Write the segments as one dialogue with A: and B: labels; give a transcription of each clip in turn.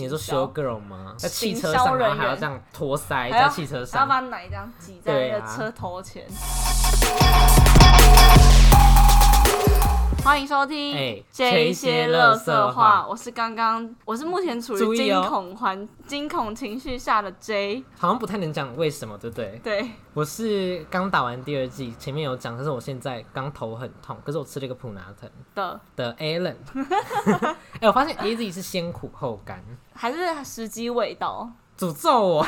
A: 你说修
B: 销，
A: girl 吗？在汽
B: 行
A: 车
B: 销
A: 上然
B: 人
A: 后还要
B: 员
A: 这样托腮
B: 还要
A: 哎在汽车
B: 还要
A: 上，
B: 把奶这样挤在
A: 对
B: 那个
A: 啊
B: 车头前。欢迎收听
A: 哎
B: 这一些乐色
A: 这一些垃圾话
B: 我是刚刚，我是目前处
A: 注
B: 于
A: 意
B: 惊
A: 哦
B: 恐环、惊恐情绪下的 J，
A: 好像不太能讲为什么，对不对？
B: 对，
A: 我是刚打完第二季，前面有讲，但是我现在刚头很痛，可是我吃了一个普拿疼
B: 的，
A: 的 Allen。哎、我发现 A Z 是先苦后甘，
B: 还是时机未到，
A: 诅咒 我！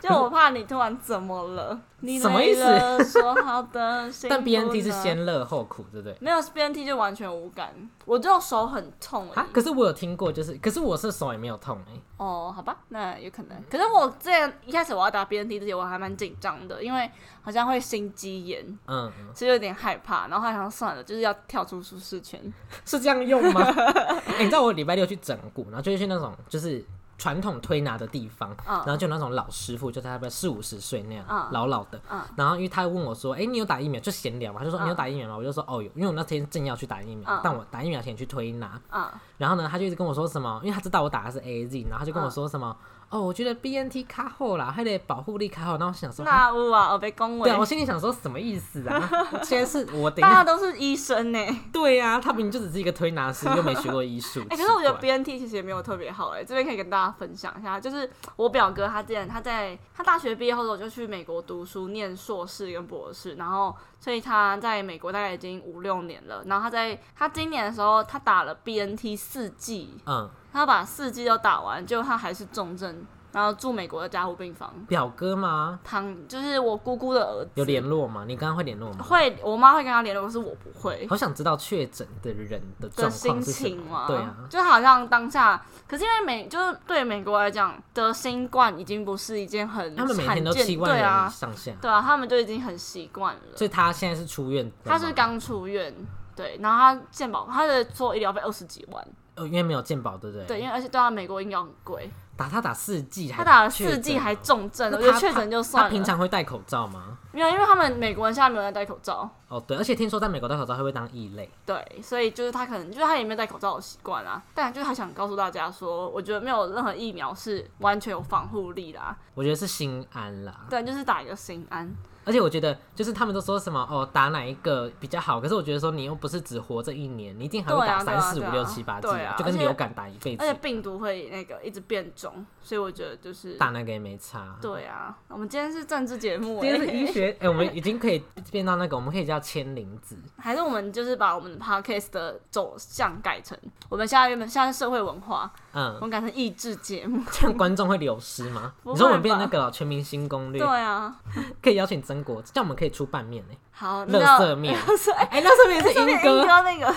B: 就我怕你突然怎么了，你
A: 什么意思
B: 累了说好的，幸
A: 但
B: 福
A: B N T 是
B: 呢
A: 先乐后苦，对不对？
B: 没有 BNT 就完全无感，我就手很痛而
A: 啊
B: 已，。
A: 可是我有听过，就是可是我是手也没有痛哎、
B: 哦，好吧，那有可能。
A: 嗯
B: 可是我之前一开始我要打 BNT 之前，我还蛮紧张的，因为好像会心肌炎，
A: 嗯，嗯
B: 所以有点害怕。然后还想算了，就是要跳出舒适圈。
A: 是这样用吗？ 哎、你知道我礼拜六去整骨，然后就去那种就是传统推拿的地方，
B: 嗯
A: 然后就有那种老师傅，就大概四五十岁那样，
B: 嗯
A: 老老的。
B: 嗯
A: 然后因为他问我说：“哎、你有打疫苗？”就闲聊嘛，他就说：“
B: 嗯
A: 你有打疫苗吗？”我就说：“哦，有。”因为我那天正要去打疫苗，
B: 嗯
A: 但我打疫苗前去推拿。
B: 啊、
A: 然后呢，他就一直跟我说什么，因为他知道我打的是 A Z，然后他就跟我说什么：“
B: 嗯
A: 哦，我觉得 B N T 卡后啦，还得保护力卡后。”然后我想说，
B: 那我啊，我被恭维
A: 对啊，，我心里想说什么意思啊？ 现在是我等一
B: 大家
A: 下，
B: 都是医生呢、欸
A: 对啊，他明明就只是一个推拿师，又没学过医术。
B: 哎、可是我觉
A: 奇
B: 得
A: 怪
B: BNT 其实也没有特别好哎、这边可以跟大家分享一下，就是我表哥他之前他在他大学毕业后，我就去美国读书念硕士跟博士，然后所以他在美国大概已经五六年了，然后他在他今年的时候他打了 BNT 四剂，
A: 嗯，
B: 他把四剂都打完，结果他还是重症，然后住美国的加护病房，
A: 表哥吗？
B: 躺就是我姑姑的儿子
A: 有联络吗？你刚刚会联络吗？
B: 会，我妈会跟他联络，可是我不会。
A: 好想知道确诊的人的
B: 的
A: 状
B: 心
A: 况是什
B: 情
A: 么
B: 嘛，。
A: 对啊，
B: 就好像当下，可是因为美就是对美国来讲，得新冠已经不是一件很
A: 他们每天都
B: 罕见
A: 七万
B: 对
A: 人
B: 啊，
A: 上下，
B: 对啊，他们就已经很习惯了。
A: 所以他现在是出院的吗。
B: 他是刚出院，对，然后他健保他的做医疗费二十几万，
A: 呃，因为没有健保，对不对？
B: 对，因为而且对他美国医疗很贵，
A: 打他打四剂还确诊，哦
B: 他打了四剂还重症，
A: 那
B: 我
A: 他
B: 觉得确诊就
A: 他
B: 算
A: 平
B: 了，
A: 常会戴口罩吗？
B: 没有，因为他们美国人现在没有在戴口罩，
A: 哦，对，而且听说在美国戴口罩会不会当异类？
B: 对，所以就是他可能就是他也没有戴口罩的习惯啊，但就是还想告诉大家说，我觉得没有任何疫苗是完全有防护力啦，
A: 我觉得是心安啦。
B: 对，就是打一个心安。
A: 而且我觉得，就是他们都说什么哦，打哪一个比较好？可是我觉得说，你又不是只活这一年，你一定还会
B: 对
A: 打
B: 啊对
A: 三
B: 啊
A: 四五
B: 对啊
A: 六七八季
B: 对啊
A: 就跟
B: 而且
A: 流感打一辈
B: 而且
A: 子，
B: 病毒会那个一直变种，所以我觉得就是
A: 打那个也没差。
B: 对啊。我们今天是政治节目、
A: 今天是
B: 欸，
A: 医 学，哎、 我们已经可以变到那个，我们可以叫千灵子。
B: 还是我们就是把我们的 podcast 的走向改成我们现在原本现在是社会文化， 我
A: 嗯，
B: 们改成益智节目。
A: 这样观众会流失 吗？
B: 不会
A: 你说我们变
B: 吧
A: 那个全明星攻略
B: 对，啊，
A: 可以邀请曾国，这样我们可以出拌面哎、
B: 好，
A: 乐
B: 那
A: 色 面，
B: 哎，
A: 哎、那乐色面是英
B: 英
A: 哥，
B: 哥 那个。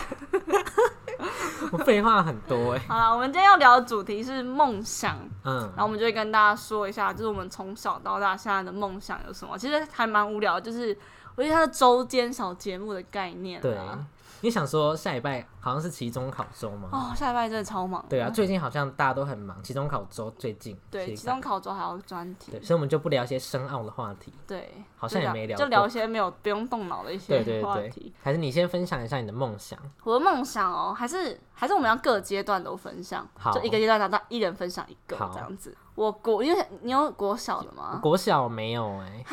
A: 我废话很多哎、
B: 好了，我们今天要聊的主题是梦想，
A: 嗯
B: 然，后我们就会跟大家说一下，就是我们从小到大现在的梦想有什么。其实还蛮无聊，就是我觉得它是周间小节目的概念 啊
A: 对啊
B: 啦。，
A: 你想说下礼拜好像是期中考周吗？
B: 哦，下礼拜真的超忙。
A: 对啊，，最近好像大家都很忙，期中考周最近。
B: 哦对，
A: 其
B: 期
A: 实
B: 中考周还要专题
A: 对，，所以我们就不聊一些深奥的话题。
B: 对，
A: 好像也
B: 就
A: 没聊
B: 就
A: 过
B: 聊一些没有不用动脑的一
A: 对
B: 些
A: 对
B: 话
A: 对
B: 题。，
A: 还是你先分享一下你的梦想。
B: 我的梦想哦，还是还是我们要各阶段都分享，
A: 好
B: 就一个阶段拿到一人分享一个
A: 好
B: 这样子。我国，因为你有国小的吗？
A: 国小没有哎、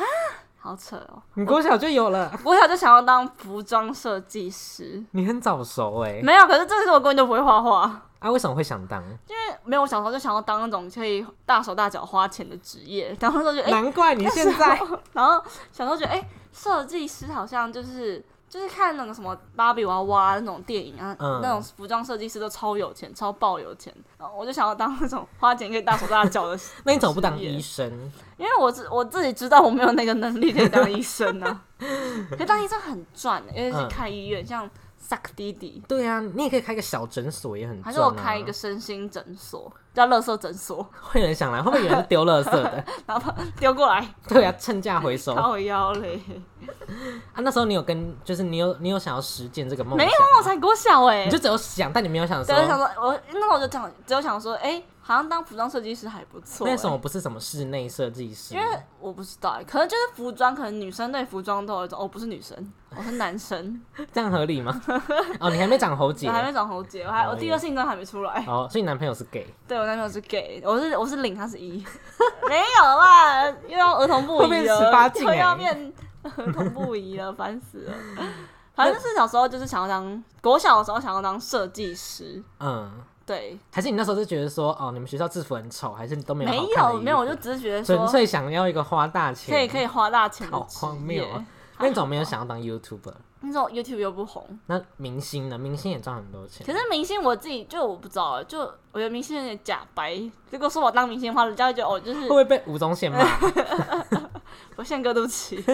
B: 好扯哦，
A: 你国小就有了，
B: 国小就想要当服装设计师，
A: 你很早熟哎、
B: 没有，可是这个时候我根本就不会画画。
A: 啊，为什么会想当？
B: 因为没有，我小时候就想要当那种可以大手大脚花钱的职业，然后那时候就哎、
A: 难怪你现在
B: 然后小时候觉得，哎、设计师好像就是就是看那个什么芭比娃娃那种电影啊，
A: 嗯
B: 那种服装设计师都超有钱，超爆有钱。然后我就想要当那种花钱可以大手大脚的，
A: 那你怎么不当医生？
B: 因为我自我自己知道我没有那个能力可以当医 生呢、啊。可是当医生很赚、欸，尤其是
A: 嗯
B: 开医院，像 Suck 弟弟，
A: 对啊，你也可以开个小诊所，也很、啊、
B: 还是我开一个，身心诊所，叫乐色诊所，
A: 会有人想来，会不会有人是丢垃圾的？
B: 然后把丢过来，
A: 对啊，趁价回收啊。
B: 靠腰嘞。
A: 那时候你有跟，就是你有你有想要实践这个梦想吗？
B: 啊没有，我才国小哎、
A: 你就只有想，但你没有想
B: 对，我想
A: 说，
B: 说，我那时候我就想，只有想说，哎、好像当服装设计师还不错、
A: 为什
B: 欸
A: 么不是什么室内设计师？
B: 因为我不知道、欸，可能就是服装，可能女生对服装都有一种，哦，不是女生，我是 男生，
A: 这样合理 吗？哦，你还没长喉结
B: 我，还没长喉结，我还我第二性征还没出来。
A: 哦，所以你男朋友是 gay，
B: 对我男朋友是 gay，我是我是零，他是一，没有啦，又要儿童不
A: 会
B: 宜
A: 变
B: 了，
A: 18禁
B: 又要
A: 欸
B: 变儿童不宜了，烦死了。反正就是小时候就是想要当国小的时候想要当设计师，
A: 嗯，
B: 对，
A: 还是你那时候就觉得说，哦，你们学校制服很丑，还是都没有
B: 没
A: 好看的衣
B: 有
A: 服
B: 没有，我就只是觉得
A: 纯
B: 说
A: 粹想要一个花大钱，
B: 可以可以花大钱的
A: 好荒
B: 职
A: 谬
B: 业
A: 啊那你怎么没有想要当 YouTuber？
B: 那时候 YouTube 又不红，
A: 那明星呢？明星也赚很多钱，
B: 可是明星我自己就我不知道，啊就我觉得明星有点假白。如果说我当明星的话，人家会觉得哦，就
A: 会
B: 是
A: 不会被吴宗宪骂？
B: 我宪哥对不起。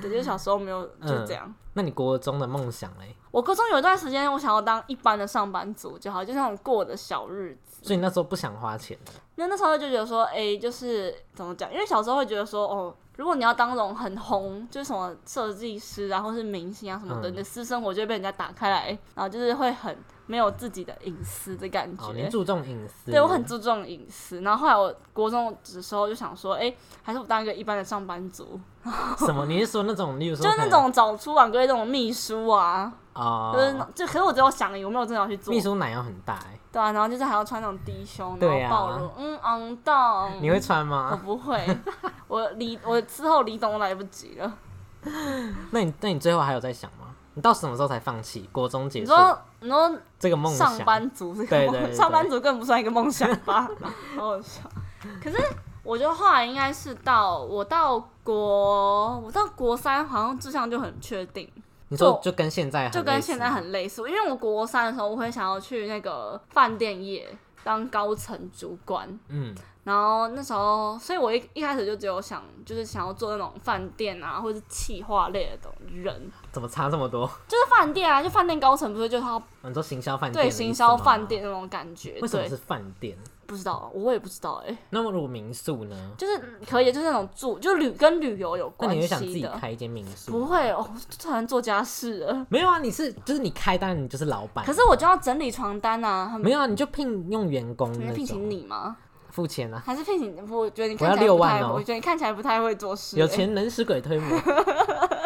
B: 对，就是小时候没有
A: 嗯
B: 就是这样。
A: 那你国中的梦想嘞？
B: 我高中有一段时间，我想要当一般的上班族就好，就那种过的小日子。
A: 所以你那时候不想花钱，
B: 那那时候就觉得说，哎、就是怎么讲？因为小时候会觉得说，哦，如果你要当那种很红，就是什么设计师啊，或是明星啊什么的，
A: 嗯
B: 你的私生活就会被人家打开来，然后就是会很没有自己的隐私的感觉。
A: 哦，您注重隐私，
B: 对我很注重隐私。然后后来我国中的时候就想说，哎、还是我当一个一般的上班族，
A: 什么？你是说那种，例如
B: 就
A: 说
B: 是那
A: 可能
B: 种早出晚归那种秘书啊，就是那
A: 哦，
B: 就可是我只有想而已，我没有真的要去做
A: 秘。书奶要很大哎，
B: 对啊，然后就是还要穿那种低胸，
A: 对
B: 然后
A: 啊
B: 暴露，嗯，昂到。
A: 你会穿
B: 我
A: 吗？
B: 不会， 我离我之后离懂来不及了。
A: 那你那你最后还有在想吗？你到什么时候才放弃？国中结
B: 你
A: 束
B: 说你说
A: 这个梦
B: 上
A: 想，
B: 班族这
A: 对对
B: 个
A: 对
B: 梦，
A: 对
B: 上班族更不算一个梦想 吧，好好笑。可是我觉得后来应该是到我到国我到国三，好像志向就很确定，
A: 你说
B: 就
A: 就跟现在很
B: 就跟
A: 类似
B: 现在很类似。因为我国三的时候，我会想要去那个饭店业当高层主管，
A: 嗯，
B: 然后那时候，所以我一一开始就只有想，就是想要做那种饭店啊，或者是企划类的东人，
A: 怎么差这么多？
B: 就是饭店啊，就饭店高层不是就是要
A: 你说行销饭店，
B: 对行销饭，店那种感觉，
A: 为什么
B: 对
A: 是，饭店？
B: 不知道，我也不知道哎、
A: 那么如果民宿呢？
B: 就是可以，就是那种住，就旅跟旅游有
A: 那
B: 关
A: 你会想自
B: 系
A: 己
B: 的。
A: 开一间民宿？
B: 不会哦，突然做家事了。
A: 没有啊，你是就是你开单，你就是老板。啊
B: 可是我就要整理床单啊，他们
A: 没有啊，你就聘用员工
B: 你
A: 那
B: 们
A: 种，
B: 聘请你吗？
A: 付钱啊，
B: 还是聘请？我觉得你
A: 我
B: 看
A: 要
B: 起来
A: 六
B: 不
A: 万
B: 太，
A: 哦
B: 我觉得你看起来不太会做事、
A: 有
B: 欸
A: 钱能使鬼推磨，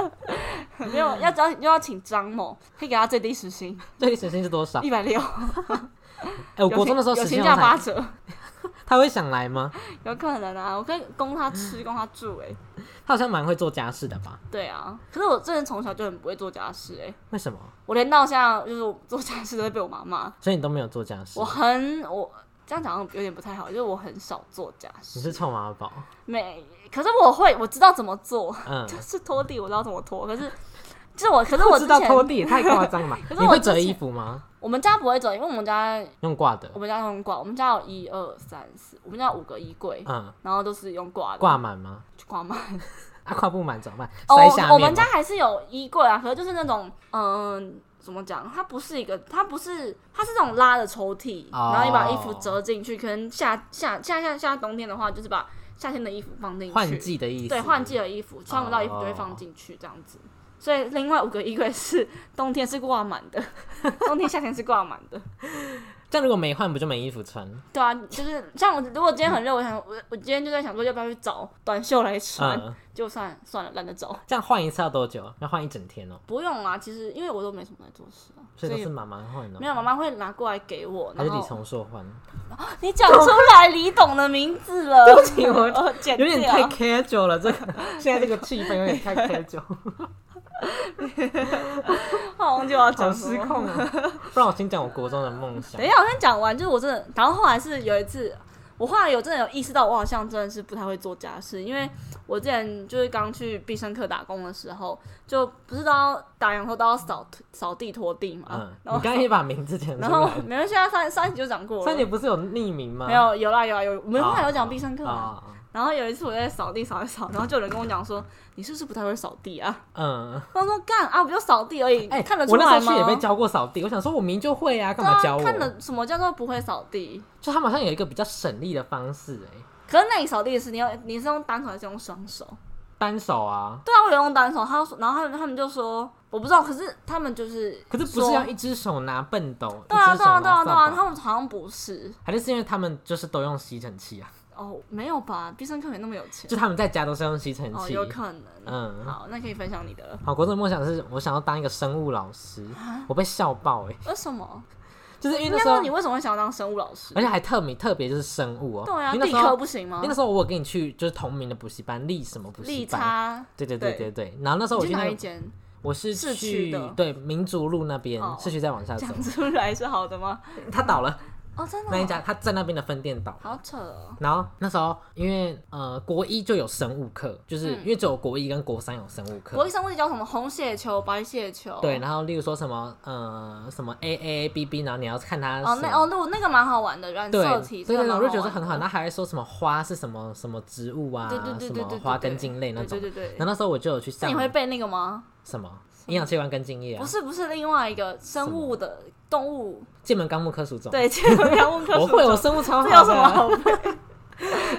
B: 没有？要只要又要请张某，可以给他最低时薪
A: 最低时薪是多少？
B: 一百六。
A: 哎，我
B: 有
A: 国
B: 请
A: 中的时候
B: 有
A: 时薪
B: 请
A: 好
B: 假八
A: 惨，
B: 折，
A: 他会想来吗？
B: 有可能啊，我可以供他 吃，供他住、欸，哎，
A: 他好像蛮会做家事的吧？
B: 对啊。可是我真的从小就很不会做家事、欸，哎，
A: 为什么？
B: 我连到现在就是我做家事都会被我妈骂。
A: 所以你都没有做家事
B: 我？很我这样讲好像有点不太好，就是我很少做家
A: 你
B: 事，
A: 是臭妈宝，
B: 没，可是我会，我知道怎么做，
A: 嗯，
B: 就是拖地我知道怎么拖，可是就是我，可是我
A: 知
B: 之
A: 道
B: 前
A: 拖地也太夸张了吧？
B: 可是
A: 你
B: 我
A: 会
B: 之
A: 折
B: 前
A: 衣服吗？
B: 我们家不会走，因为我们家
A: 用挂的
B: 我，们家用挂，我们家有一二三四，我们家有五个衣柜，
A: 嗯，
B: 然后都是用挂的
A: 挂满吗？
B: 去挂嘛。
A: 啊，挂不满怎么办？
B: 哦
A: 塞下，
B: 我
A: 面吗
B: 们家？还是有衣柜啊，可是就是那种嗯。怎么讲？它不是一个，它不是，它是那种拉的抽屉，
A: 哦
B: 然后你把衣服折进去。可能夏夏夏夏夏冬天的话，就是把夏天的衣服放进去。
A: 换季哦的意思，
B: 对，换季的衣服，穿不到衣服就会放进去这样子。所以另外五个衣柜是冬天是挂满的， 冬天夏天是挂满的。
A: 这样如果没换，不就没衣服穿？
B: 对啊，就是像我如果今天很热，我想我我今天就在想说要不要去找短袖来穿，
A: 嗯，
B: 就算算了，懒得找。
A: 这样换一次要多久？要换一整天哦、
B: 不用啊，其实因为我都没什么在做事啊，
A: 所以都
B: 所
A: 是
B: 以
A: 妈妈换哦、
B: 没有妈妈会拿过来给我。
A: 还
B: 然
A: 是李
B: 后
A: 崇硕换？
B: 你讲出来李董的名字了，对不起，我剪
A: 有点太
B: 掉
A: casual 了，这个现在这个气氛有点太 casual，
B: 好像就要
A: 好
B: 讲什
A: 失
B: 么
A: 控啊！不然我先讲我国中的梦想
B: 等一。下，我先讲完，就是我真的，然后后来是有一次，我后来有真的有意识到，我好像真的是不太会做家事，因为我之前就是刚去必胜客打工的时候，就不是都要打烊后都要扫扫地拖地嘛，
A: 嗯，你
B: 然后
A: 刚刚也把名字讲出
B: 哦然后
A: 来，
B: 没关系啊，上上一集就讲过
A: 三
B: 了
A: 姐。不是有匿名吗？
B: 没有，有啦有啦有，我们
A: 哦，
B: 后来有讲必胜客、啊。
A: 啊。
B: 然后有一次我在扫地扫一扫，然后就有人跟我讲说：“你是不是不太会扫地啊
A: 嗯，？”
B: 我说：“干啊，我就扫地而已，
A: 哎、
B: 看得出
A: 我
B: 来
A: 那
B: 吗？”
A: 时候去也被教过扫地，我想说我明就会啊，干嘛教我？
B: 对啊看得什么叫做不会扫地？
A: 就他们好像有一个比较省力的方式、哎，
B: 可是那你扫地是你要你是用单手还是用双手？
A: 单手啊，
B: 对啊，我有用单手。他说，然后他们他们就说，我不知道，可是他们就是
A: 可是不
B: 说
A: 是要一只手拿笨斗，
B: 对啊
A: 一只
B: 对
A: 手
B: 啊
A: 拿
B: 对啊对
A: 扫
B: 啊，
A: 把
B: 他们好像不是
A: 还是是因为他们就是都用吸尘器啊，
B: 哦，没有吧？必胜客没那么有钱
A: 就他们在家都是用吸尘
B: 哦，
A: 器。
B: 有可能。
A: 嗯，
B: 好，那可以分享你的。
A: 好，国中的梦想是我想要当一个生物老师，
B: 啊
A: 我被笑爆哎、欸，
B: 为呃什么？
A: 就是因为
B: 应
A: 那
B: 该
A: 时候
B: 说你，为什么会想要当生物老师
A: 而？且还特别特别就是生物哦、
B: 啊对啊，
A: 因为那
B: 地
A: 时候
B: 科不行吗
A: 因为？那时候我有跟你去就是同名的补习班，立什么补习
B: 利
A: 班？
B: 差，
A: 对对对对对。然后那时候我
B: 你去
A: 那
B: 哪
A: 个
B: 一间？
A: 我是
B: 市
A: 去
B: 区的
A: 对民族路那边
B: 哦，
A: 市区再往下走，
B: 讲出来是好的吗？
A: 他倒了
B: 哦，真的哦、
A: 那一家，他在那边的分店倒。
B: 好扯哦。
A: 然后那时候因为呃国一就有生物课，就是因为只有国一跟国三有生物课
B: 嗯国，医哦生物理叫什么？红血球、白血球。
A: 对。。然后例如说什么呃什么 A A A B B，然后你要看它
B: 哦，
A: 什
B: 那
A: 么
B: 哦，那我那个蛮好玩的，染
A: 对
B: 色体，
A: 对
B: 这
A: 对，
B: 个
A: 我
B: 蛮
A: 就觉得很好。
B: 玩
A: 然
B: 的。
A: 后还会说什么花是什么什么植物啊，
B: 对对对
A: 什
B: 对
A: 么
B: 对，
A: 花
B: 对
A: 根茎类那种
B: 对。对对
A: 然后
B: 对。
A: 那时候我就有去
B: 那
A: 上
B: 你会背那个吗？
A: 什么营养器官跟茎叶
B: 不
A: 啊，
B: 是不是，另外一个生物的动物，
A: 剑门纲目科属种。
B: 对，这 个要问科
A: 我
B: 属
A: 会，
B: 种
A: 我生物超好
B: 这
A: 的。啊
B: 有什么好背？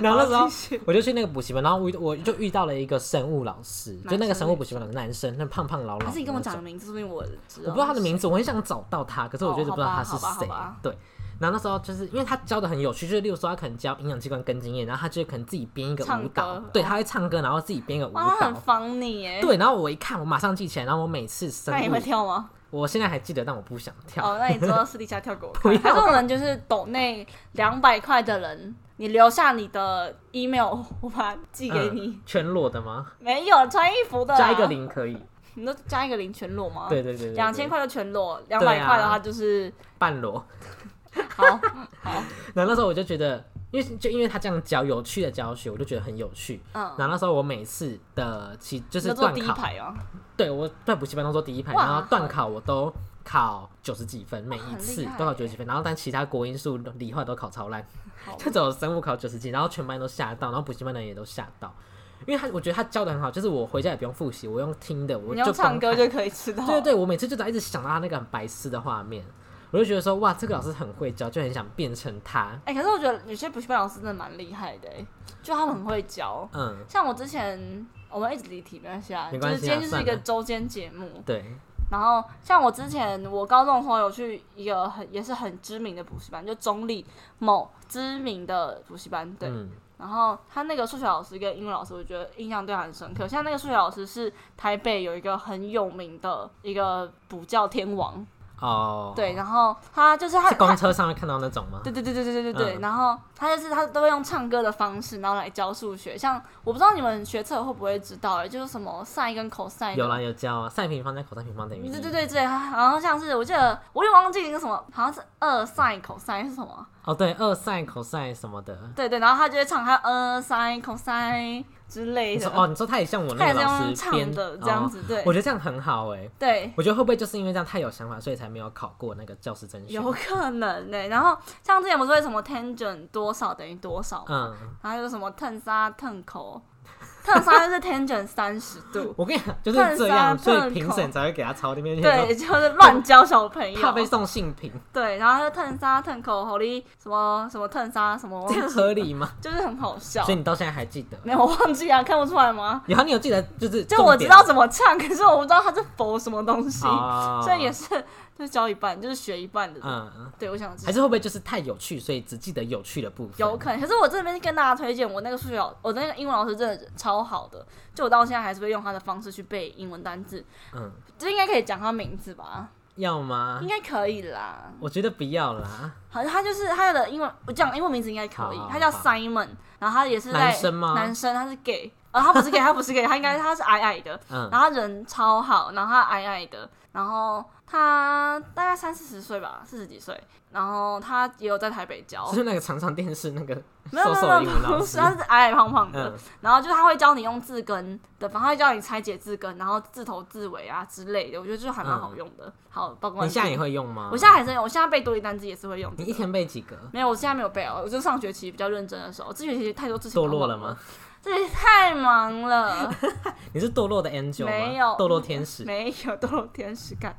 A: 然后那时
B: 好
A: 候
B: 继续
A: 我就去那个补习班，然后我遇我就遇到了一个生物老师，
B: 男
A: 就那个
B: 生
A: 生
B: 女
A: 物补习班的男生，那胖胖老老的 那
B: 还
A: 种。
B: 是你跟我讲的名字，说不定我知道。
A: 我不知道他的名字，我很想找到他，可是我觉得不
B: 哦
A: 知道他
B: 好吧
A: 是
B: 好吧好
A: 谁
B: 吧。
A: 对，然后那时候就是因为他教的很有趣，就是例如说他可能教营养器官跟经验，然后他就可能自己编一个
B: 唱
A: 舞蹈
B: 歌，
A: 对，他会唱歌，然后自己编一个舞
B: 哇，他
A: 蹈
B: 很。防你耶。，
A: 对，然后我一看，我马上记起来，然后我每次生
B: 那你会
A: 物，
B: 跳吗？
A: 我现在还记得，但我不想跳。
B: 哦，那你知道私底下跳给我
A: 不
B: 看。
A: 要
B: 还是我们就是抖内两百块的人，你留下你的 email，我把它寄给你。
A: 嗯全裸的吗？
B: 没有穿衣服的、啊
A: 加一个，零可以。
B: 你都加一个零全裸吗？
A: 对，对对对，对
B: 哦两千块就全裸，两
A: 对
B: 百
A: 啊
B: 块的话就是、
A: 半裸。
B: 好好，
A: 然后那时候我就觉得，因为就因为他这样教有趣的教学，我就觉得很有趣。
B: 嗯，
A: 然后那时候我每次的期就
B: 你
A: 是
B: 都坐
A: 段
B: 第一
A: 考，
B: 排哦，
A: 对我在补习班都坐第一排，
B: 哇
A: 然后段考我都考九十几分，每一
B: 很厉
A: 次
B: 害哦
A: 都考九十几分。然后但其他国英数、理化都考超烂，
B: 好
A: 就只有生物考九十几，然后全班都吓到，然后补习班的人也都吓到，因为他我觉得他教的很好，就是我回家也不用复习，我用听的，我
B: 你
A: 就
B: 用
A: 光
B: 唱歌
A: 看
B: 就可以知道。
A: 对对对，我每次就在一直想到他那个很白痴的画面，我就觉得说哇，这个老师很会教，就很想变成他。
B: 哎、可是我觉得有些补习班老师真的蛮厉害的、欸，就他们很会教。
A: 嗯，
B: 像我之前，我们一直离题，没关系啊，
A: 没
B: 就
A: 关
B: 是
A: 系啊
B: 今天就是一
A: 算
B: 个
A: 了
B: 周间节目。
A: 对，
B: 然后像我之前，我高中的时候有去一个很也是很知名的补习班，就中立某知名的补习班，对。
A: 嗯，
B: 然后他那个数学老师跟英文老师，我觉得印象对他很深刻。像那个数学老师是台北有一个很有名的一个补教天王，
A: 哦，
B: 对，，然后他就是他
A: 在公车上面看到那种吗？
B: 对对对对对对对对，
A: 嗯
B: 然后他就是他都会用唱歌的方式，然后来教数学。像我不知道你们学测会不会知道、欸，就是什么 sin 跟 cosine
A: 有啦
B: 的。
A: 有教啊，晒平方加 cos 平方等于一。
B: 对对对对对，然后像是我记得我有点忘记一个什么，好像是二 sin cosine 是什么？
A: 哦对，二晒 cos 什么的。
B: 对对，然后他就会唱他二 sin cosine 之类
A: 你说
B: 的，
A: 哦，你说他也像我
B: 他
A: 那
B: 也
A: 个
B: 是
A: 老
B: 用
A: 师
B: 唱
A: 编
B: 的这样，子，
A: 哦
B: 对
A: 我觉得这样很好哎。
B: 对。
A: 我觉得会不会就是因为这样太有想法，所以才没有考过那个教师甄选？
B: 有可能呢、然后像之前不是会什么 tangent 多少等于多少嘛，
A: 嗯，
B: 然后有什么 tan 沙 tan 口，tan 沙就是 tangent 三十度，
A: 我跟你讲，就是
B: 碰
A: 这样，
B: 三
A: 所以
B: 碰
A: 评
B: 口
A: 审才会给他抄那边去，
B: 对，就是乱教小朋
A: 怕被
B: 友。
A: 送性评，
B: 对，然后他就腾沙腾口吼力什么什么腾沙什 么
A: 这，样合理吗？
B: 就是很好笑
A: 所。以你到现在还记得？
B: 没有，我忘记啊，看不出来吗？
A: 然后你有记得就是
B: 就
A: 重
B: 我知
A: 点
B: 道怎么唱，可是我不知道他是否什么东西，
A: 哦，
B: 所以也是就是教一半，就是学一半的。
A: 嗯，嗯
B: 对，我想知
A: 还是会不会就是太有趣，所以只记得有趣的部分？
B: 有可能。可是我这边跟大家推荐，我那个数学老，我那个英文老师真的超好的，就我到现在还是会用他的方式去背英文单字，
A: 嗯，
B: 这应该可以讲他名字吧？
A: 要吗
B: 应？该可以啦。
A: 我觉得不要啦。
B: 好像他就是他的英文，我讲英文名字应该可以
A: 好好，
B: 他叫
A: 好
B: Simon，然后他也是在
A: 男生吗
B: 男生，他是 gay，呃，他不是 gay，他不是 gay，他应该他是矮矮的，
A: 嗯，
B: 然后他人超好，然后他矮矮的，然后他大概三四十岁吧，四十几岁，然后他也有在台北教
A: 就，是那个常常电视那个
B: 没有
A: 瘦
B: 没
A: 瘦的
B: 有
A: 英
B: 没
A: 文
B: 有，
A: 老
B: 不
A: 师
B: 是，，他是矮矮胖胖的，
A: 嗯，
B: 然后就是他会教你用字根的方法，他会教你拆解字根，然后字头字尾啊之类的，我觉得就还蛮好用的。好，包括
A: 嗯你现在也会嗯用吗？
B: 我现在还是我现在背多义单词也是会用这
A: 你
B: 个，
A: 一天背几个？
B: 没有，我现在没有背哦，我就上学期比较认真的时候，这学期太多事情
A: 堕
B: 都
A: 落
B: 忘
A: 了
B: 了
A: 吗？？
B: 这这也太忙 了，
A: 你是堕落的 Angel 吗？
B: 没有
A: 堕落天使。你
B: 没有堕落天使感。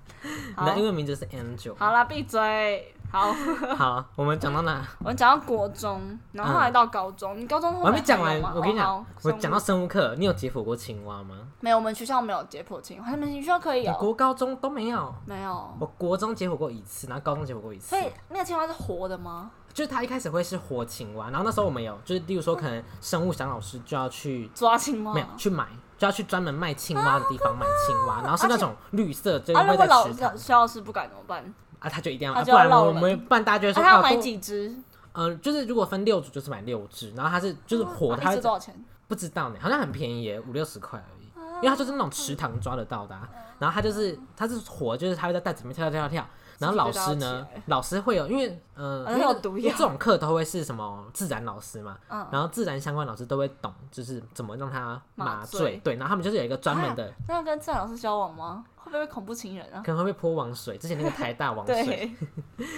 B: 好
A: 的，英文名就是 Angel。
B: 好啦，闭嘴。好，
A: 好，我们讲到哪？
B: 我们讲到国中，然后后来到高中。你高中后
A: 我
B: 面
A: 还没讲
B: 有
A: 完
B: 吗，
A: 我跟你
B: 哦
A: 讲
B: 好，
A: 我
B: 生物
A: 讲到生物课，你有解剖过青蛙吗？
B: 没有，我们学校没有解剖青蛙，你们学校可以
A: 我
B: 有？
A: 国高中都没有，
B: 没有。
A: 我国中解剖过一次，然后高中解剖过一次
B: 所。以那个青蛙是活的吗？
A: 就是它一开始会是活青蛙，然后那时候我们有，就是例如说可能生物想老师就要去
B: 抓青蛙？啊
A: 没有去买，就要去专门卖青蛙的地方买青蛙，然后是那种绿色，就是
B: 啊，如
A: 会在
B: 果老
A: 池
B: 老
A: 塘
B: 肖老师不敢怎么办？啊，
A: 啊，他就一定要，
B: 他
A: 啊
B: 就
A: 不
B: 要
A: 然
B: 绕
A: 我
B: 人
A: 们不然大家就会说
B: 他要
A: 啊，
B: 买
A: 多
B: 几只？
A: 呃，就是如果分六组就是买六只，然后它是就是活的，
B: 啊
A: 它
B: 一
A: 会
B: 只多少钱？
A: 不知道呢，好像很便宜耶，五六十块而已，因为它就是那种池塘抓得到的啊、然后它就是它是活，就是它会在袋子里面跳跳跳跳跳。然后老师呢
B: 自己就抓起来，
A: 老师会有，因为呃，
B: 啊
A: 因为
B: 有毒药
A: 因为这种课都会是什么自然老师嘛，
B: 嗯，
A: 然后自然相关老师都会懂，就是怎么让它
B: 麻
A: 麻
B: 醉
A: 醉，对，然后他们就是有一个专门的，
B: 那要跟郑老师交往吗？会不会恐怖情人啊？
A: 可能会被泼王水，之前那个台大王水，
B: 对，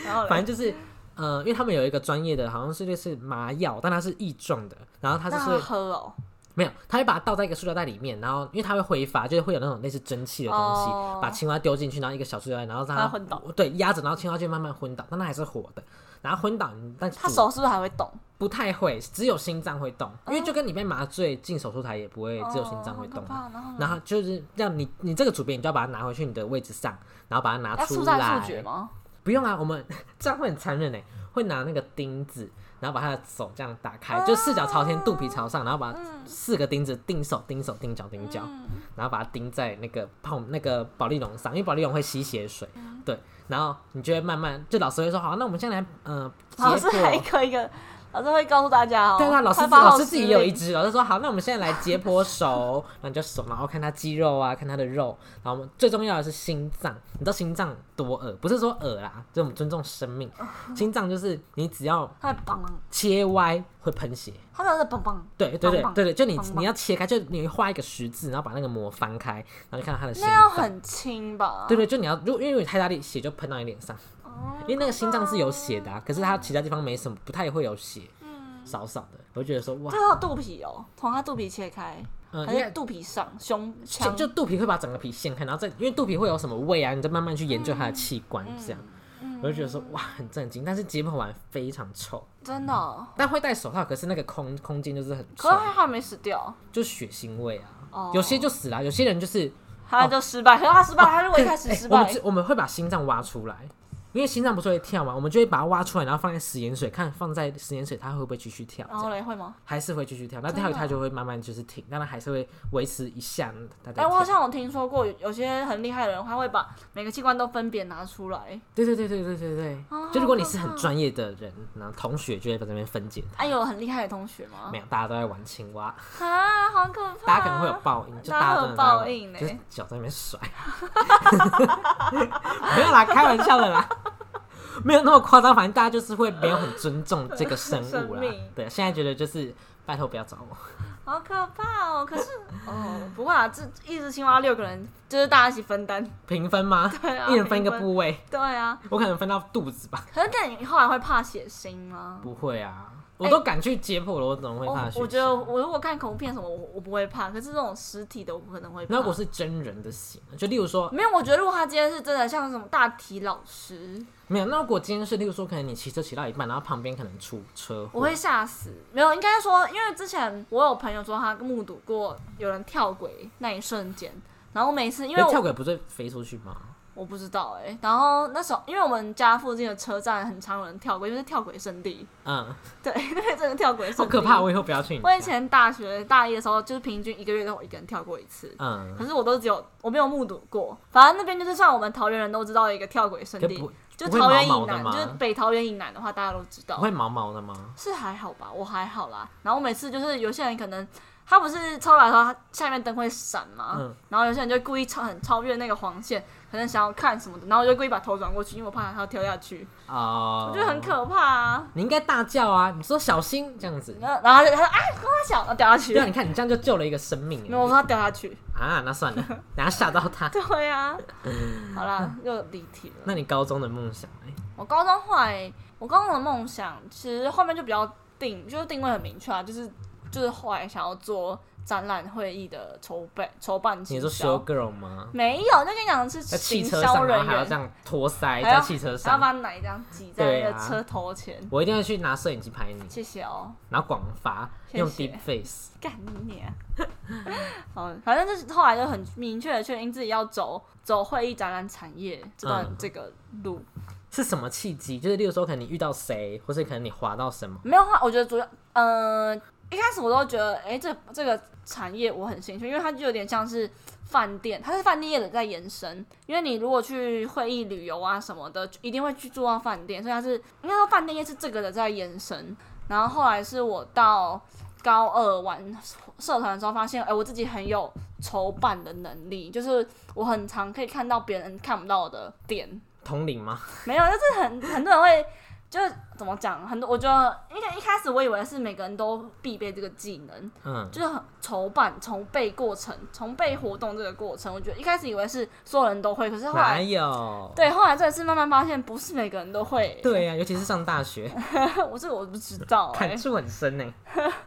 B: 然后嘞
A: 反正就是呃，因为他们有一个专业的，好像是类似麻药，但它是液状的，然后它
B: 那
A: 就是
B: 他
A: 会
B: 喝哦，
A: 没有，它会把它倒在一个塑料袋里面，然后因为它会挥发，就是会有那种类似蒸汽的东西，
B: 哦
A: 把青蛙丢进去，然后一个小塑料袋，然后让
B: 让
A: 它
B: 它昏倒，
A: 对，压着，然后青蛙就慢慢昏倒，但它还是活的，然后昏倒，但
B: 他
A: 主
B: 手是不是还会动？
A: 不太会，只有心脏会动，因为就跟你被麻醉进手术台也不会只有心脏会动啊。
B: 哦好可怕然后呢
A: 然后就是让你你这个主编，你就要把它拿回去你的位置上，然后把它拿
B: 要
A: 出
B: 速战速决
A: 来。
B: 吗？
A: 不用啊，我们 这样会很残忍哎，会拿那个钉子，然后把他的手这样打
B: 啊
A: 开，就四脚朝天，肚皮朝上，然后
B: 嗯
A: 把四个钉子钉手、钉手、钉脚、钉脚，然后把它钉在那个泡那个保丽龙上，因为保丽龙会吸血水，
B: 嗯
A: 对，然后你就会慢慢，就老师会说好，那我们现在来，嗯、
B: 老
A: 呃，
B: 师
A: 结果。
B: 还一个一个，老师会告诉大家哦。
A: 对啊，老师
B: 他
A: 自
B: 发号
A: 老师自己
B: 施
A: 也有
B: 令
A: 一只，老师说好，那我们现在来解剖手，然后你就手，然后看它肌肉啊，看它的肉，然后我们最重要的是心脏，你知道心脏多恶，不是说恶啦，就是我们尊重生命，
B: 哦
A: 心脏就是你只要
B: 他会棒，
A: 切歪会喷血，
B: 他真的是棒棒。
A: 对对对
B: 棒棒
A: 对对，就你
B: 棒棒
A: 你要切开，就你画一个十字，然后把那个膜翻开，然后就看到它的心
B: 那要
A: 脏。
B: 很哦轻吧？哦
A: 对对，就你要，如果因为你太大力，血就喷到你脸上，因为那个心脏是有血的、啊，可是它其他地方没什么，不太会有血，
B: 嗯
A: 少少的。我就觉得说哇
B: 这，到肚皮哦，从他肚皮切开，
A: 嗯，
B: 还
A: 应该
B: 是肚皮上、胸
A: 就
B: 腔？
A: 就肚皮会把整个皮掀开，然后再因为肚皮会有什么胃啊，你再慢慢去研究它的器官，
B: 嗯
A: 这样、我就觉得说哇很震惊，但是解剖完非常臭，
B: 真的哦、
A: 但会戴手套，可是那个空空间就是很臭
B: 可，是他还没死掉，
A: 就血腥味啊，
B: 哦
A: 有些就死了，有些人就是
B: 他就失败。可是他失败，他如果一开始
A: 哎
B: 失
A: 我
B: 败
A: 们，只我们会把心脏挖出来，因为心脏不是会跳嘛，我们就会把它挖出来，然后放在食盐水，看放在食盐水它会不会继续跳，
B: 然
A: 这
B: 后
A: 样
B: 嘞会吗？
A: 还是会继续跳，那
B: 真的
A: 跳一
B: 哦
A: 跳就会慢慢就是停，但它还是会维持一下，它再
B: 哎，我好
A: 跳。
B: 像有听说过，有有些很厉害的人，他会把每个器官都分别拿出来。
A: 对对对对对对对，
B: 哦
A: 就如果你是
B: 好可
A: 很
B: 怕
A: 专业的人，然后同学就会在那边分解它。
B: 哎，有很厉害的同学吗
A: 没？有，大家都在玩青蛙，
B: 啊，好可怕！
A: 大家可能会有报应，就大家真的
B: 大家会有
A: 在玩
B: 报应呢欸
A: 就是脚在那边甩。 没有啦，开玩笑的啦，没有那么夸张。反正大家就是会没有很尊重这个生物
B: 生
A: 啦
B: 命。
A: 对，现在觉得就是拜托不要找我。
B: 好可怕哦！可是 哦，不会啊，这一只青蛙六个人，就是大家一起分担。
A: 评分吗？
B: 对啊，
A: 一人分一个
B: 平
A: 部位，
B: 对啊，
A: 我可能分到肚子吧。
B: 可是那你后来会怕血腥吗？
A: 不会啊，我都敢去解剖了，我怎么会
B: 我
A: 怕血腥？
B: 哎哦我觉得我如果看恐怖片什么，我我不会怕。可是这种实体的，我可能会怕。
A: 那如果是真人的血呢，就例如说
B: 没有，我觉得如果他今天是真的像什么大体老师，
A: 没有，那如果今天是，例如说，可能你骑车骑到一半，然后旁边可能出车祸，
B: 我会吓死。没有，应该说，因为之前我有朋友说他目睹过有人跳轨那一瞬间，然后我每次因为
A: 可是
B: 我
A: 跳轨不是会飞出去吗？
B: 我不知道哎、然后那时候因为我们家附近的车站很常有人跳轨，因为是跳轨圣地，
A: 嗯，
B: 对， 那边真的跳轨圣地，
A: 好可怕，我以后不要去你家。
B: 我以前大学大一的时候，就是平均一个月都有一个人跳过一次。
A: 嗯，
B: 可是我都只有我没有目睹过，反正那边就是像我们桃园人都知道的一个跳轨圣
A: 可
B: 地，
A: 不
B: 就
A: 不会
B: 桃园
A: 毛
B: 以
A: 毛的
B: 南，
A: 吗
B: 就是北桃园以南的话，大家都知
A: 不
B: 道
A: 会。毛毛的吗？
B: 是还好吧，我还好啦。然后每次就是有些人可能他不是超来的时候，他下面灯会闪嘛，
A: 嗯
B: 然后有些人就故意超很超越那个黄线，可能想要看什么的，然后我就故意把头转过去，因为我怕他跳下去，
A: 哦，
B: 我觉得很。可怕啊。
A: 你应该大叫啊！你说小心这样子，
B: 然后然后他就他说啊，跟他小，然后掉下去
A: 对啊，。你看你这样就救了一个生命
B: 没有，我
A: 耶。
B: 说他掉 下去。
A: 啊，那算了，等下吓到他。
B: 对呀、好啦，
A: 嗯
B: 又离题了。
A: 那你高中的梦想哎，
B: 我高中后来，我高中的梦想其实后面就比较定，就是定位很明确啊，就是就是后来想要做展览会议的筹备筹办
A: 你
B: 行
A: 说
B: 销
A: show，girl 吗？
B: 没有，就跟你讲是
A: 在汽
B: 行
A: 车
B: 销
A: 上，然
B: 人
A: 后还要这
B: 员，
A: 样托腮
B: 还
A: 在
B: 要
A: 汽车
B: 还要
A: 上，
B: 把奶这样挤在
A: 对
B: 那
A: 啊
B: 个车头前。
A: 我一定会去拿摄影机拍你，
B: 谢谢哦，
A: 然后广发
B: 谢谢
A: 用 deep face，
B: 干你娘！ 好，反正就是后来就很明确的确定自己要走走会议展览产业这段
A: 嗯
B: 这个路，
A: 是什么契机？就是例如说，可能你遇到谁，或是可能你滑到什么，
B: 没有话，我觉得主要，呃，一开始我都觉得，哎、这这个产业我很兴趣，因为它就有点像是饭店，它是饭店业的在延伸。因为你如果去会议旅游啊什么的，一定会去住到饭店，所以它是应该说饭店业是这个的在延伸。然后后来是我到高二玩社团的时候，发现，哎、我自己很有筹办的能力，就是我很常可以看到别人看不到我的点，
A: 统领吗？
B: 没有，就是很很多人会，就是怎么讲，很多我觉得，因为一开始我以为是每个人都必备这个技能，
A: 嗯，
B: 就是很筹办、筹备过程、筹备活动这个过程，我觉得一开始以为是所有人都会，可是后
A: 哪
B: 来。
A: 有？
B: 对，后来真的是慢慢发现，不是每个人都会。
A: 对啊呀、尤其是上大学，
B: 我这个我不知道、哎。
A: 感触很深呢。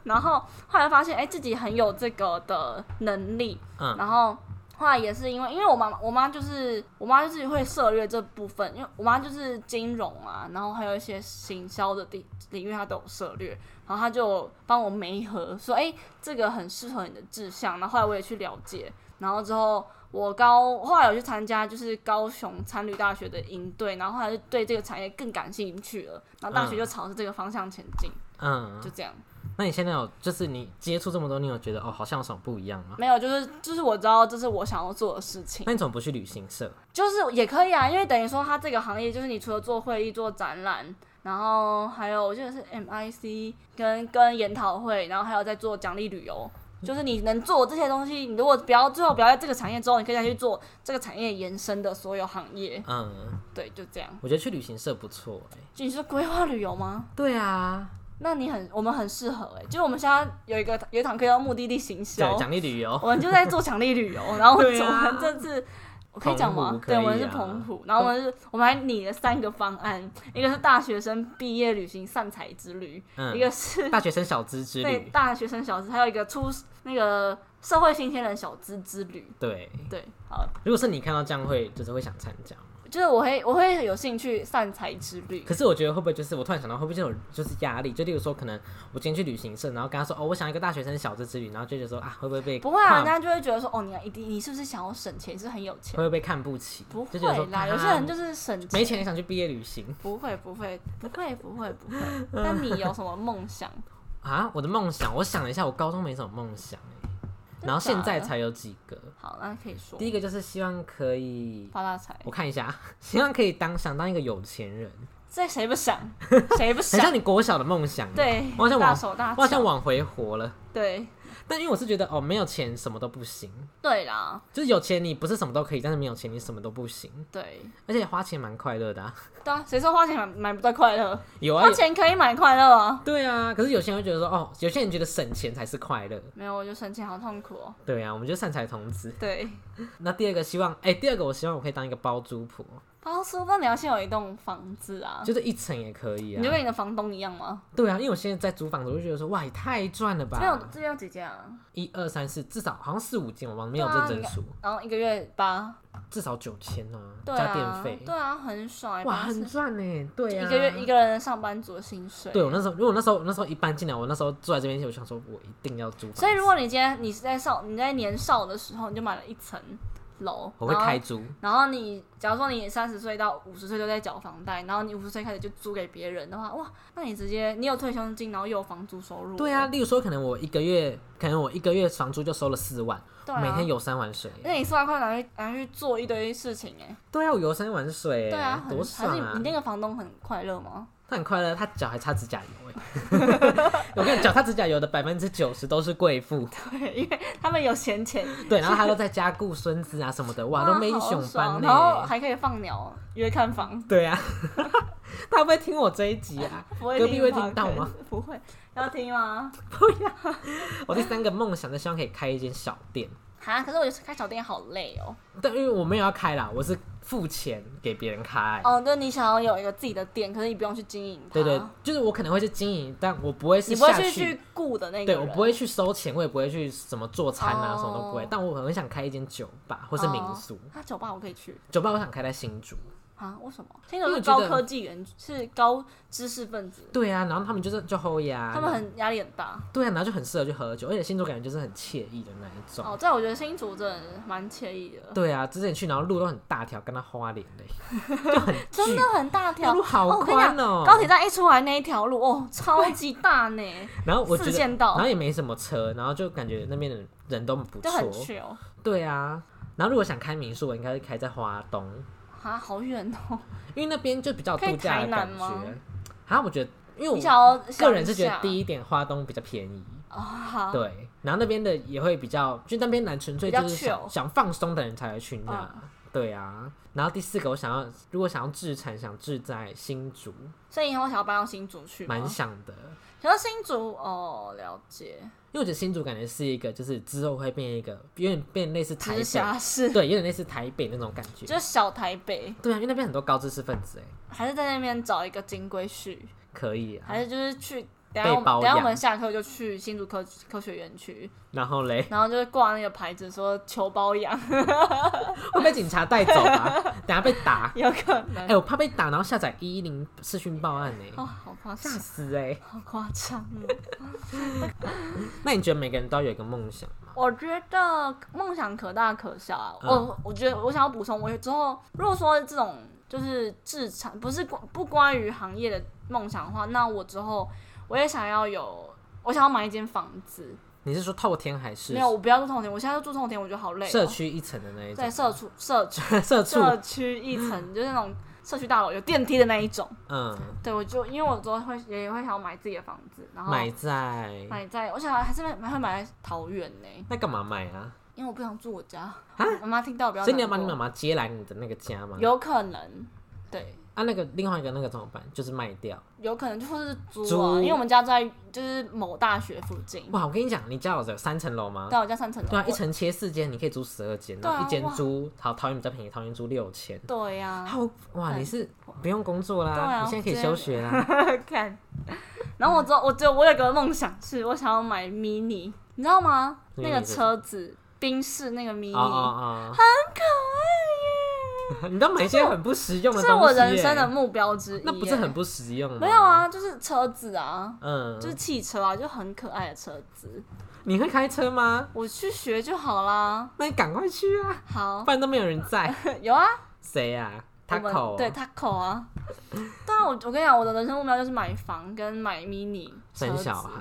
B: 然后后来发现，哎、自己很有这个的能力。
A: 嗯
B: 然后后来也是因为，因为我妈妈，我妈就是我妈就是会涉略这部分，因为我妈就是金融啊，然后还有一些行销的地领域，她都有涉略。然后她就帮我媒合，说，哎、这个很适合你的志向。然后后来我也去了解，然后之后。我高后来有去参加，就是高雄参旅大学的营队，然后后来就对这个产业更感兴趣了，然后大学
A: 嗯
B: 就朝着这个方向前进，就
A: 嗯，
B: 这样。
A: 那你现在有就是你接触这么多，你有觉得哦，好像有什么不一样吗？
B: 没有，就是就是我知道这是我想要做的事情，
A: 那你怎么不去旅行社？
B: 就是也可以啊，因为等于说它这个行业就是你除了做会议、做展览，然后还有我记得是 MIC 跟跟研讨会，然后还有在做奖励旅游。就是你能做这些东西，你如果不要最后不要在这个产业之后，你可以再去做这个产业延伸的所有行业。
A: 嗯，
B: 对，就这样。
A: 我觉得去旅行社不错哎、
B: 就你是规划旅游吗？
A: 对啊，
B: 那你很我们很适合哎、欸，就是我们现在有一个有一堂课叫目的地行销，
A: 对，奖励旅游，
B: 我们就在做强力旅游，然后我们
A: 对啊
B: 我们这次。我可以讲吗
A: 澎？湖
B: 对，
A: 可以啊
B: 我们是澎湖，然后我们是，我们还拟了三个方案，一个是大学生毕业旅行散财之旅，一
A: 嗯，
B: 个是
A: 大学生小资之
B: 对
A: 旅，
B: 大学生小资，还有一个出那个社会新鲜人小资之旅。
A: 对。
B: 对，好，
A: 如果是你看到这样会，就是会想参加吗。
B: 就是我会我会有兴趣散财之旅，
A: 可是我觉得会不会就是我突然想到，会不会就有就是压力？就例如说，可能我今天去旅行社，然后跟他说哦，我想一个大学生小资之旅，然后就觉得说啊，会不会被
B: 不会啊，人
A: 看
B: 家就会觉得说，哦，你一定你是不是想要省钱，是很有钱
A: 会不？会被看不起？
B: 不
A: 就觉得说
B: 会啦，
A: 啊
B: 有些人就是省钱，
A: 没钱也想去毕业旅行
B: 不会不会不会不 会不会。那你有什么梦想？
A: 啊。我的梦想，我想了一下，我高中没什么梦想欸然后
B: 真
A: 现
B: 假的啊
A: 在才有几个。
B: 好，那可以说
A: 第一个就是希望可以，
B: 发大财，
A: 我看一下，
B: 哎
A: 希望可以当想当一个有钱人，
B: 这谁 不想？谁不
A: 很
B: 想
A: 像？你国小的梦想。，欸
B: 对，啊
A: 我好像
B: 大
A: 往
B: 手大
A: 我好像
B: 脚。
A: 往回活了。
B: 对
A: 但因为我是觉得哦，没有钱什么都不行，
B: 对啦，
A: 就是有钱你不是什么都可以，但是没有钱你什么都不行。
B: 对
A: 而且花钱蛮快乐的、啊，
B: 对啊，谁说花钱买买不到快乐？
A: 有啊
B: 花，钱可以买快乐啊。
A: 对啊。可是有些人会觉得说哦，有些人觉得省钱才是快乐。
B: 没有，我就省钱好痛苦哦。
A: 对啊，我们就善财童子。
B: 对，
A: 那第二个希望，哎、第二个我希望我可以当一个包租婆，
B: 包租公你要先有一栋房子啊，
A: 就是一层也可以
B: 你
A: 啊
B: 就。跟你的房东一样吗？
A: 对啊，因为我现在在租房子，我就觉得说哇，也太赚了
B: 这边有
A: 吧！
B: 这边有几间啊？
A: 一二三四，至少好像四五间，我忘了没
B: 对
A: 有
B: 啊
A: 认真数，
B: 然后一个月八，
A: 至少九千啊，
B: 对
A: 加
B: 啊，
A: 电费
B: 对，啊，很爽欸，
A: 哇，
B: 八
A: 很
B: 十
A: 赚呢。对啊，
B: 一个月一个人上班族的薪水。
A: 对我那时候，如果那时候那时候一搬进来，我那时候住在这边，我想说我一定要租房子，
B: 所以如果你今天你是在少你在年少的时候，你就买了一层楼，
A: 我会
B: 然后
A: 开租。
B: 然后你假如说你三十岁到五十岁都在缴房贷，然后你五十岁开始就租给别人的话，哇，那你直接你有退休金，然后又有房租收入，
A: 对啊，，例如说，可能我一个月，可能我一个月房租就收了四万，
B: 对啊，
A: 每天。游山玩水。
B: 那你四万块拿去拿去做一堆事情哎、
A: 对啊，我游山玩水，
B: 对啊，很
A: 多
B: 还是
A: 爽
B: 你
A: 啊
B: 你！那个房东很快乐吗？
A: 他很快乐，他脚还擦指甲油哎。我跟你讲，他指甲油的百分之九十都是贵妇，
B: 对，因为他们有闲钱，
A: 对，然后他都在家顾孙子啊什么的，哇，都没一
B: 好
A: 熊班
B: 爽然后
A: 呢。
B: 还可以放鸟约看房，
A: 对啊， 他会不会听我这一集啊？
B: 不会
A: 隔壁会
B: 吧
A: 听到吗？
B: 不会，要听吗？
A: 我第三个梦想是希望可以开一间小店，
B: 哈，可是我觉得开小店好累哦。
A: 但因为我没有要开啦，我是付钱给别人开。
B: 哦，对，你想要有一个自己的店，可是你不用去经营它，
A: 对对，就是我可能会去经营，但我不会是
B: 你不会
A: 下
B: 去去雇的那个
A: 对
B: 人，
A: 我不会去收钱，我也不会去什么做餐啊，
B: 哦
A: 什么都不会。但我很想开一间酒吧或是民宿
B: 哦。那、酒吧我可以去
A: 酒吧我想开在新竹。
B: 啊？为什么？听说
A: 因为
B: 是
A: 我觉
B: 高
A: 得
B: 科技人，是高知识分子，
A: 对啊，然后他们就是就齁呀，
B: 他们很压力很大。
A: 对啊，然后就很适合去喝酒，而且新竹感觉就是很惬意的那一种。
B: 哦，这样我觉得新竹真的蛮惬意的，
A: 对啊，之前去然后路都很大条，跟他花脸 嘞，就很
B: 真
A: 巨
B: 的很大条
A: 路。好
B: 我跟你讲
A: 宽哦、
B: 高铁站一出来那一条 路，哦，超级大呢，
A: 然后我觉
B: 四
A: 得，
B: 线
A: 然
B: 道
A: 后也没什么车，然后就感觉那边的人都不
B: 就很
A: 错。
B: chill
A: 对啊，然后如果想开民宿，我应该会开在花东，
B: 啊，好远 哦。
A: 因为那边就比较有
B: 可以
A: 度假
B: 台
A: 的
B: 南
A: 感觉
B: 吗。
A: 啊，我觉得，因为
B: 你
A: 我
B: 想要
A: 个人是觉得
B: 一
A: 第一点花东比较便宜，
B: 啊，好
A: 对，然后那边的也会比较，就那边男纯粹
B: 比较
A: 就是想
B: chill
A: 想放松的人才会去那。
B: 嗯
A: 对啊，然后第四个，我想要如果想要置产，想置在新竹，
B: 所以以后想要搬到新竹去吗
A: 蛮想的，
B: 可是新竹哦，了解，
A: 因为我觉得新竹感觉是一个，就是之后会变一个有点变类似台
B: 直
A: 北，
B: 辖市
A: 对，有点类似台北那种感觉。
B: 就是小台北，
A: 对啊，因为那边很多高知识分子哎，
B: 还是在那边找一个金龟婿，
A: 可以啊。
B: 还是就是去。等一下我
A: 被
B: 们
A: 包
B: 等一下我
A: 养
B: 们下课就去新竹科科学园区，
A: 然后嘞，
B: 然后就是挂那个牌子说求包养，
A: 会被警察带走吧？ 等下被打。
B: 有可能
A: 哎、。我怕被打，然后下载一一零视讯报案呢、
B: 哦，好夸
A: 吓
B: 张，
A: 死哎、
B: 好夸张哦！
A: 那你觉得每个人都要有一个梦想吗？
B: 我觉得梦想可大可小啊。
A: 嗯
B: 我我觉得我想要补充，我之后如果说这种就是自产，不是关不关于行业的梦想的话，那我之后我也想要有，我想要买一间房子。
A: 你是说透天还是
B: 没有，我不要住痛点，我现在就住痛点，我觉得好累、哦。
A: 社区一层的那一种
B: 对？社畜社区
A: 社畜，
B: 社区一 层，就是那种社区大楼有电梯的那一种。
A: 嗯，
B: 对，我就因为我之后会也会想要买自己的房子，然后
A: 买在
B: 买在，我想还是买会买在桃园呢、
A: 那干嘛买啊？
B: 因为我不想住我家，我妈听到不要。
A: 所以你要把你妈？妈接来你的那个家吗？
B: 有可能，对，
A: 啊，那个另外一个那个怎么办？就是卖掉。
B: 有可能就或是租啊，
A: 租
B: 因为我们家在就是某大学附近，
A: 哇，我跟你讲，你家有有三层楼吗？
B: 嗯对，我家三层楼。
A: 对啊，一
B: 我
A: 层切四间，你可以租十二间，
B: 对啊
A: 然后一间
B: 哇
A: 租，好，桃园比较便宜，桃园租六千。
B: 对呀，
A: 好哇，
B: 对
A: 你是不用工作
B: 对啊
A: 啦，你现在可以休学啦。
B: 看。然后我之后，我只有我有个梦想是，我想要买 mini，你知道吗？
A: mini
B: 那个
A: 是什么
B: 车子，宾士那个 mini，
A: 哦哦
B: 很可爱
A: 哦，你都买一些很不实用
B: 耶，
A: 的
B: 这
A: 东
B: 是
A: 西耶。
B: 我人生的目标之一。
A: 那不是很？不实用吗？
B: 没有，啊，就是车子啊，
A: 嗯，
B: 就是汽车啊，就很可爱的车子。
A: 你会开车吗？
B: 我去学就好啦。
A: 那你赶快去啊，
B: 好
A: 不，然都没有人在。
B: 有啊，
A: 谁啊？
B: 哦我
A: 他
B: 们
A: 口
B: 对 Taco 啊。对啊，我我跟你讲，我的人生目标就是买房跟买 mini 车
A: 生
B: 子
A: 小孩，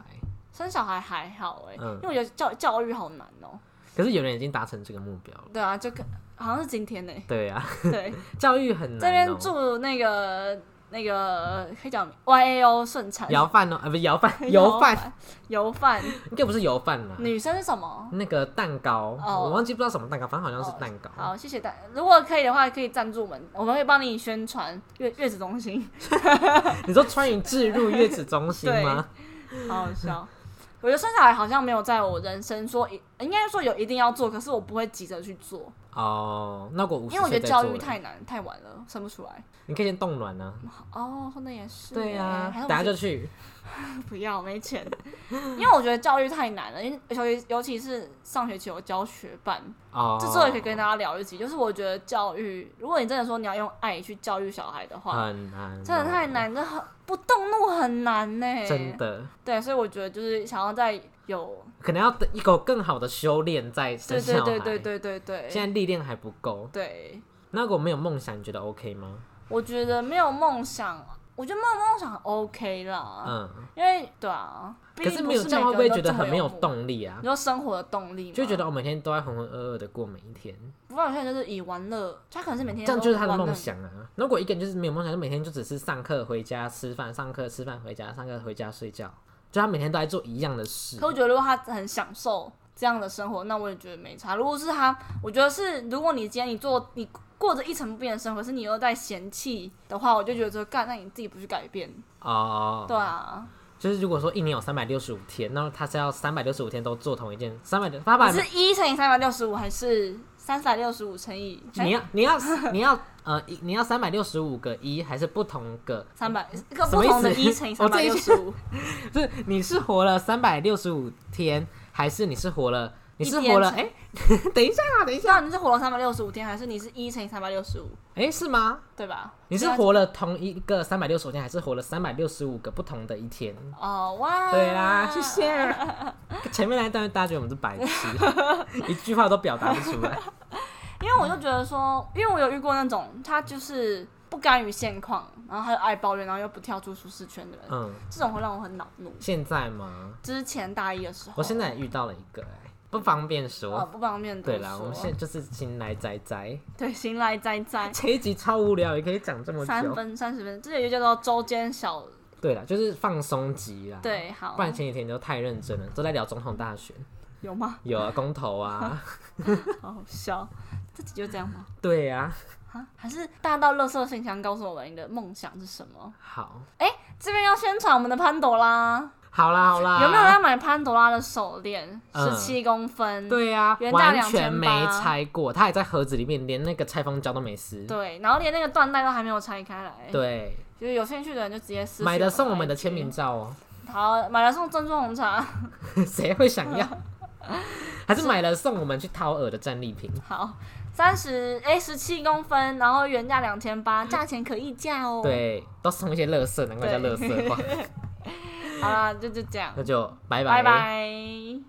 B: 生小孩还好哎、
A: 嗯
B: 因为我觉得教教育好难哦、
A: 可是有人已经达成这个目标了。
B: 对啊，就跟好像是 今天呢、
A: 对啊，
B: 对，
A: 教育很难、哦。
B: 这边祝那个那个可以讲 YAO 顺产
A: 摇饭哦，啊不是摇 饭，油饭，
B: 油饭，
A: 应该不是油饭啦。
B: 女生是什么？
A: 那个蛋糕，
B: 哦
A: 我忘记不知道什么蛋糕，反正好像是蛋糕。
B: 好，谢谢大家。如果可以的话，可以赞助我们，我们会帮你宣传月月子中 心。
A: 你说穿云置入月子中心吗？
B: 好好笑。我觉得生小孩好像没有在我人生说一，应该说有一定要做，可是我不会急着去做，
A: 哦，那我五十
B: 因为我觉
A: 岁
B: 得
A: 再
B: 教
A: 做
B: 育
A: 了
B: 太难太晚了，生不出来。
A: 你可以先冻卵啊。
B: 哦，说的也是耶。
A: 对啊，
B: 还是
A: 等
B: 我
A: 下
B: 们
A: 就去。
B: 去不要没 钱，因为我觉得教育太难了，因为尤其尤其是上学期有教学伴，
A: 哦，
B: 这之后也可以跟大家聊一集。就是我觉得教育，如果你真的说你要用爱去教育小孩的话，
A: 很难哦，
B: 真的太欸难，这很不动怒很难呢。
A: 真的。
B: 对，所以我觉得就是想要在有
A: 可能要等一个更好的修炼再生
B: 对
A: 小孩。
B: 对对对对对对，
A: 现在历练还不够。
B: 对，
A: 那如果没有梦想，你觉得 OK 吗？
B: 我觉得没有梦想，我觉得没有梦想 OK 啦，
A: 嗯，
B: 因为对啊，毕
A: 可
B: 竟
A: 是
B: 不
A: 没有这样会不
B: 每个
A: 会
B: 人都
A: 觉得
B: 这么
A: 很没有
B: 目，
A: 动力啊
B: 你？说生活的动力吗，
A: 就觉得我每天都在浑浑噩噩的过每一天，
B: 不过有些人就是以玩乐，他可能是每天
A: 这样
B: 都
A: 就是他的
B: 玩乐
A: 梦。想啊。如果一个人就是没有梦想，就每天就只是上课回家吃饭，上课吃饭回家，上课回家睡觉，就他每天都在做一样的事
B: 可。我觉得如果他很享受这样的生活，那我也觉得没差。如果是他，我觉得是，如果你今天你做你过着一成不变的生活，可是你又在嫌弃的话，我就觉得说干，那你自己不去改变，
A: 哦，
B: 对啊，
A: 就是如果说一年有三百六十五天，那么他是要三百六十五天都做同一件，三百八百
B: 你是一乘以三百六十五，还是三百六十五乘以？
A: 你要你要你要呃，一你要三百六十五个一，还是不同个？
B: 三百个
A: 什么
B: 不
A: 意思
B: 同的一乘以
A: 我
B: 三
A: 这
B: 百
A: 一
B: 六十五，
A: 就是你是活了三百六十五天，还是你是活了？你是
B: 一天
A: 活了？
B: 才
A: 哎、等一下啊，等一
B: 你
A: 下，
B: 知道你是活了三百六十五天，还是你是一乘以三百六十五，
A: 哎、是吗？
B: 对吧？
A: 你是
B: 对啊
A: 活了同一个三百六十五天，还是活了三百六十五个不同的一天？
B: 哦哇，
A: 对啊啦，谢谢。 前面那一段大家觉得我们是白痴，一句话都表达不出来。
B: 因为我就觉得说，因为我有遇过那种他就是不甘于现况，然后他又爱抱怨，然后又不跳出舒适圈的人，
A: 嗯，
B: 这种会让我很恼怒。
A: 现在吗？
B: 之前大一的时候，
A: 我现在也遇到了一个、哎，不方便说。
B: 啊不方便多
A: 对啦，我们
B: 说
A: 现在就是新来仔仔，
B: 对新来哉 哉，
A: 这一集超无聊，也可以讲这么
B: 三
A: 久。
B: 分三十分，这有一个叫做周间小
A: 对啦，就是放松集啦。，
B: 对，好
A: 不，然前几天都太认真了，都在聊总统大选，
B: 有吗？
A: 有啊，公投啊，
B: 好好笑，这集就这样吗？
A: 对啊，
B: 啊，还是大家到乐色信箱告诉我们你的梦想是什么？
A: 好，
B: 这边要宣传我们的潘朵拉，
A: 好啦，好啦，
B: 有没有人要买潘朵拉的手链？
A: 啊嗯
B: 十七公分，
A: 对呀、
B: 原价
A: 完全没
B: 2800
A: 拆过，它也在盒子里面，连那个拆封胶都没撕。
B: 对，然后连那个缎带都还没有拆开来。，
A: 对，
B: 就是有兴趣的人就直接私
A: 买
B: 的
A: 的送我们的签名。照哦，
B: 好，买了送珍珠红茶。
A: 谁会想要？ 还是买了送我们去掏耳的战利品？
B: 好，三十哎十七公分，然后原价两千八，价钱可议价哦。，
A: 对，都送一些乐色，难怪叫乐色话。
B: 好啦，就就这样
A: 那，就拜
B: 拜拜。